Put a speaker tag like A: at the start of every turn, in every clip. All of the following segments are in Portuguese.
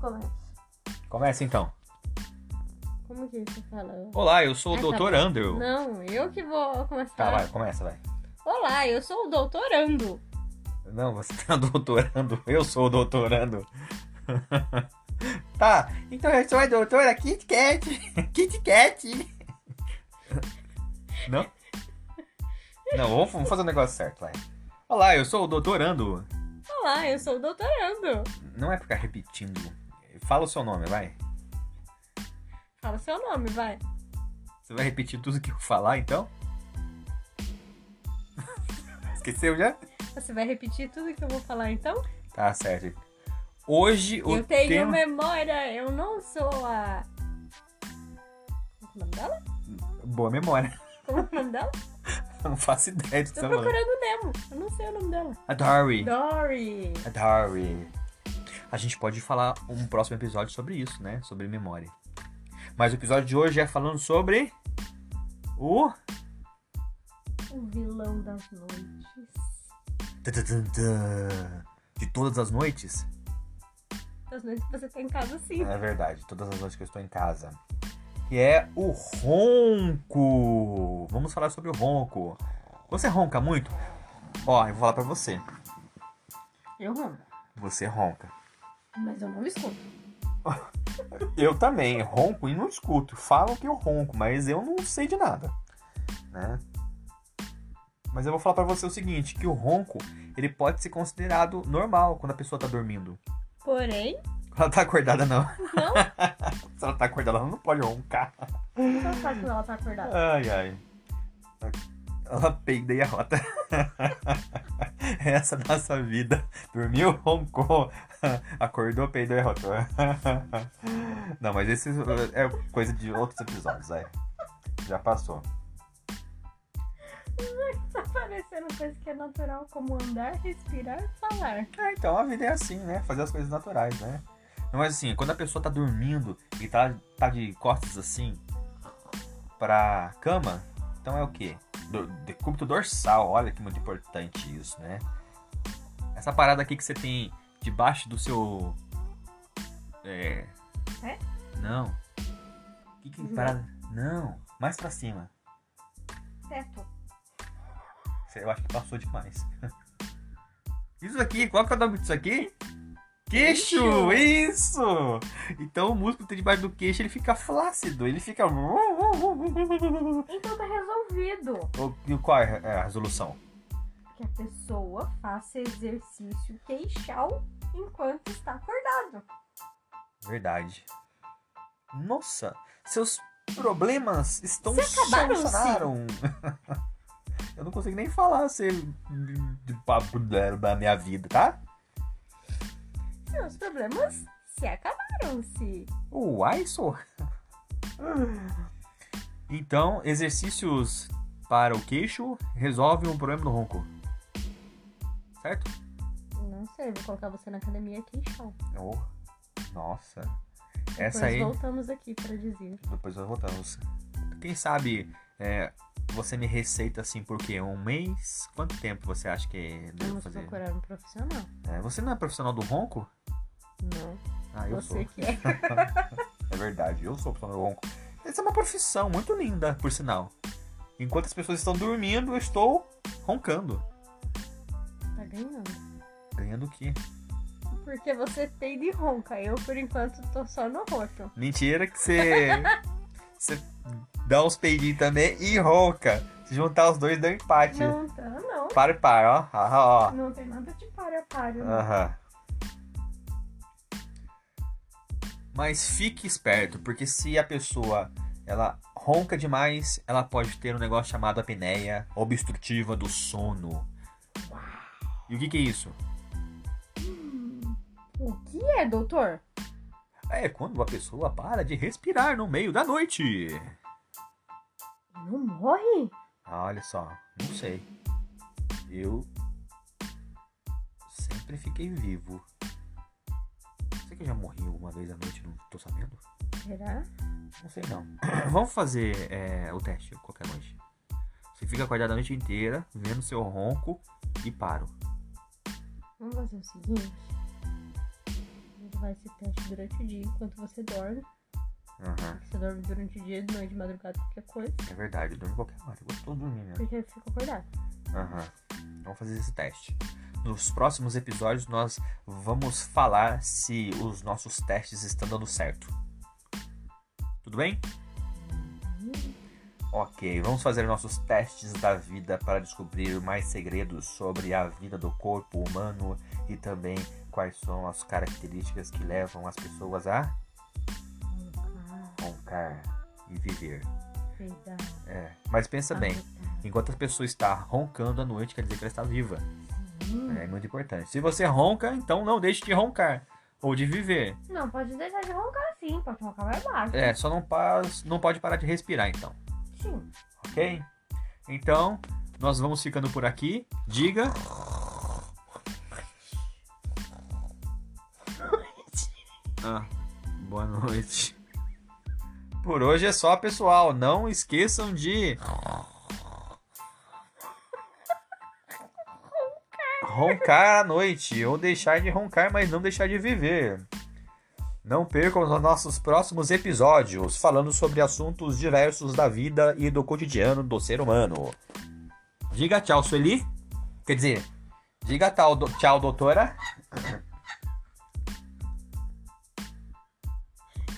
A: começa.
B: Começa então.
A: Como que você fala?
B: Olá, eu sou o
A: Essa
B: Dr.
A: voz-
B: Andrew.
A: Não, eu que vou começar.
B: Tá, vai, começa, vai.
A: Olá, eu sou o doutorando.
B: Não, você tá doutorando. Eu sou o doutorando. tá, então eu sou a doutora Kit Kat. Kit Kat. Não? Não, vamos- vamos fazer um negócio certo, vai. Olá, eu sou o doutorando.
A: Olá, eu sou o doutorando.
B: Não é ficar repetindo. Fala o seu nome, vai.
A: Fala seu nome, vai.
B: Você vai repetir tudo que eu falar, então? Esqueceu já?
A: Você vai repetir tudo que eu vou falar então?
B: Tá certo. Hoje o
A: eu tenho
B: tema...
A: memória, eu não sou a. Como é o nome dela?
B: Boa memória.
A: Como é o nome dela?
B: Não faço ideia do que
A: Tô
B: você tá falando.
A: procurando o Nemo. Eu não sei o nome dela.
B: A Dory.
A: Dory.
B: A Dory. A gente pode falar um próximo episódio sobre isso, né? Sobre memória. Mas o episódio de hoje é falando sobre o
A: O vilão das noites.
B: Tantantantã. de todas as noites.
A: Das noites que você tá em casa, sim.
B: É verdade, todas as noites que eu estou em casa. Que é o ronco. Vamos falar sobre o ronco. Você ronca muito? Ó, eu vou falar pra você.
A: Eu amo.
B: Você ronca.
A: Mas eu não me escuto.
B: Eu também ronco e não escuto. Falam que eu ronco, mas eu não sei de nada, né? Mas eu vou falar pra você o seguinte, que o ronco, ele pode ser considerado normal quando a pessoa tá dormindo.
A: Porém,
B: Quando ela tá acordada não.
A: Não?
B: Se ela tá acordada, ela não pode roncar.
A: só faz quando ela tá acordada.
B: Ai ai. Ela peida e arrota. Essa é a nossa vida. Dormiu, roncou, acordou, peidou e arrotou. Não, mas esse é coisa de outros episódios, aí. Já passou.
A: Tá parecendo coisa que é natural, como andar, respirar, falar.
B: É, então a vida é assim, né? Fazer as coisas naturais, né? Não, mas assim, quando a pessoa tá dormindo e tá, tá de costas assim pra cama, então é o quê? Do, decúbito dorsal, olha que muito importante isso, né? Essa parada aqui que você tem debaixo do seu. É.
A: É?
B: Não. Que, que parada? Não, mais pra cima.
A: Teto.
B: Você- Eu acho que passou demais. Isso aqui, qual que é o nome disso aqui? Queixo!
A: Queixo.
B: Isso! Então o músculo tem debaixo do queixo, ele fica flácido, ele fica. O,
A: Então tá resolvido
B: e qual é a resolução?
A: que a pessoa faça exercício queixal enquanto está acordado.
B: Verdade. Nossa, seus problemas estão
A: Se acabaram,
B: solucionaram. Eu não consigo nem falar ser de papo da da minha vida, tá?
A: Seus problemas se acabaram-se.
B: Uai, só. Então, exercícios para o queixo resolvem o problema do ronco. Certo?
A: Não sei, vou colocar você na academia queixal.
B: Oh, nossa. Essa
A: Depois
B: aí.
A: voltamos aqui para dizer.
B: Depois nós voltamos. Quem sabe é, você me receita assim por quê? Um mês? Quanto tempo você acha que devo
A: Vamos
B: fazer?
A: procurar um profissional.
B: É, você não é profissional do ronco?
A: Não,
B: Ah, eu
A: você
B: sou.
A: que é.
B: É verdade, eu sou profissional do ronco. Essa é uma profissão muito linda, por sinal. Enquanto as pessoas estão dormindo, eu estou roncando.
A: Tá ganhando.
B: Ganhando o quê?
A: Porque você tem de ronca. Eu, por enquanto, tô só no rosto.
B: Mentira que você. você dá uns peidinhos também e ronca. Se juntar os dois, dá um empate.
A: Não tá, não.
B: Para e para, ó. Ah, ó.
A: Não tem nada de páreo a páreo. não.
B: Aham. Mas fique esperto, porque se a pessoa ela ronca demais, ela pode ter um negócio chamado apneia obstrutiva do sono. E o que, que é isso?
A: O que é, doutor?
B: É quando a pessoa para de respirar no meio da noite.
A: Não morre?
B: Ah, olha só, não sei. Eu sempre fiquei vivo. Será que eu já morri alguma vez à noite? e Não tô sabendo.
A: Será?
B: Não sei não. Vamos fazer é, o teste qualquer noite. Você fica acordado a noite inteira, vendo seu ronco e paro.
A: Vamos fazer o seguinte.
C: vai esse teste durante o dia, enquanto você dorme.
B: Aham,
C: Você dorme durante o dia, de noite, de madrugada, qualquer coisa,
B: é verdade, eu durmo qualquer hora, eu gosto de dormir mesmo.
C: porque fica acordado.
B: Aham. Vamos fazer esse teste. Nos próximos episódios nós vamos falar se os nossos testes estão dando certo. Tudo bem? Ok, vamos fazer nossos testes da vida para descobrir mais segredos sobre a vida do corpo humano e também quais são as características que levam as pessoas a
C: Ah,
B: roncar e viver.
C: peidar,
B: É, mas pensa
A: Ah.
B: bem,
C: arrotar.
B: enquanto a pessoa está roncando à noite, quer dizer que ela está viva.
C: Hum.
B: É muito importante. Se você ronca, então não deixe de roncar ou de viver.
A: Não, pode deixar de roncar sim, pode roncar mais baixo.
B: É, só não, pa- não pode parar de respirar, então.
A: Sim.
B: Ok? Então, nós vamos ficando por aqui. Diga. Ah, boa noite. Por hoje é só, pessoal. Não esqueçam de. Roncar à noite, ou deixar de roncar, mas não deixar de viver. Não percam os nossos próximos episódios falando sobre assuntos diversos da vida e do cotidiano do ser humano. Diga tchau, Sueli. Quer dizer, diga tal, do- tchau, doutora.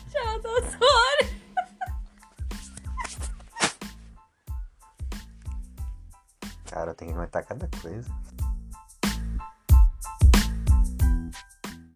C: Tchau, doutor!
B: Cara, tem que inventar cada coisa.